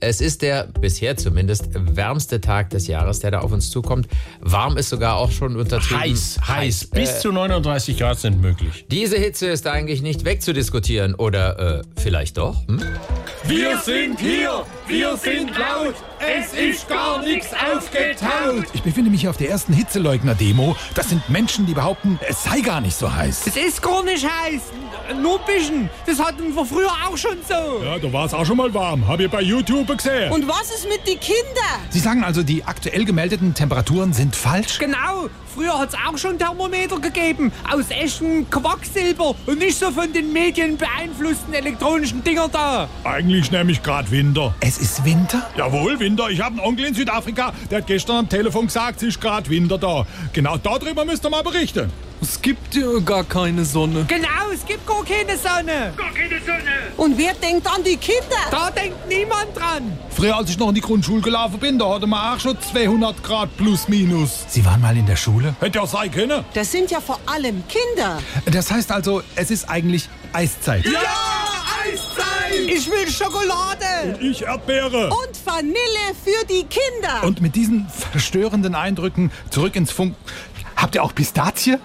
Es ist der bisher zumindest wärmste Tag des Jahres, der da auf uns zukommt. Warm ist sogar auch schon untertrieben. Heiß, Mhm. Äh, heiß. Bis zu 39 Grad sind möglich. Diese Hitze ist eigentlich nicht wegzudiskutieren oder äh, vielleicht doch? Hm? Wir sind hier, wir sind laut, es ist gar nichts aufgetaut. Ich befinde mich auf der ersten Hitzeleugner-Demo. Das sind Menschen, die behaupten, es sei gar nicht so heiß. Es ist gar nicht heiß, nur ein bisschen. Das hatten wir früher auch schon so. Ja, da war es auch schon mal warm. Hab ich bei YouTube gesehen. Und was ist mit den Kindern? Sie sagen also, die aktuell gemeldeten Temperaturen sind falsch? Genau, früher hat es auch schon Thermometer gegeben, aus echtem Quacksilber und nicht so von den Medien beeinflussten elektronischen Dinger da. Eigentlich nehme ich gerade Winter. Es ist Winter? Jawohl, Winter. Ich habe einen Onkel in Südafrika, der hat gestern am Telefon gesagt, es ist gerade Winter da. Genau darüber müsst ihr mal berichten. Es gibt ja gar keine Sonne. Genau, es gibt gar keine Sonne. Und wer denkt an die Kinder? Da denkt niemand dran. Früher, als ich noch in die Grundschule gelaufen bin, da hatte man auch schon 200 Grad plus minus. Sie waren mal in der Schule? Hätte ja sein können. Das sind ja vor allem Kinder. Das heißt also, es ist eigentlich Eiszeit. Ich will Schokolade. Ich Erdbeere. Und Vanille für die Kinder. Und mit diesen verstörenden Eindrücken zurück ins Funk. Habt ihr auch Pistazie?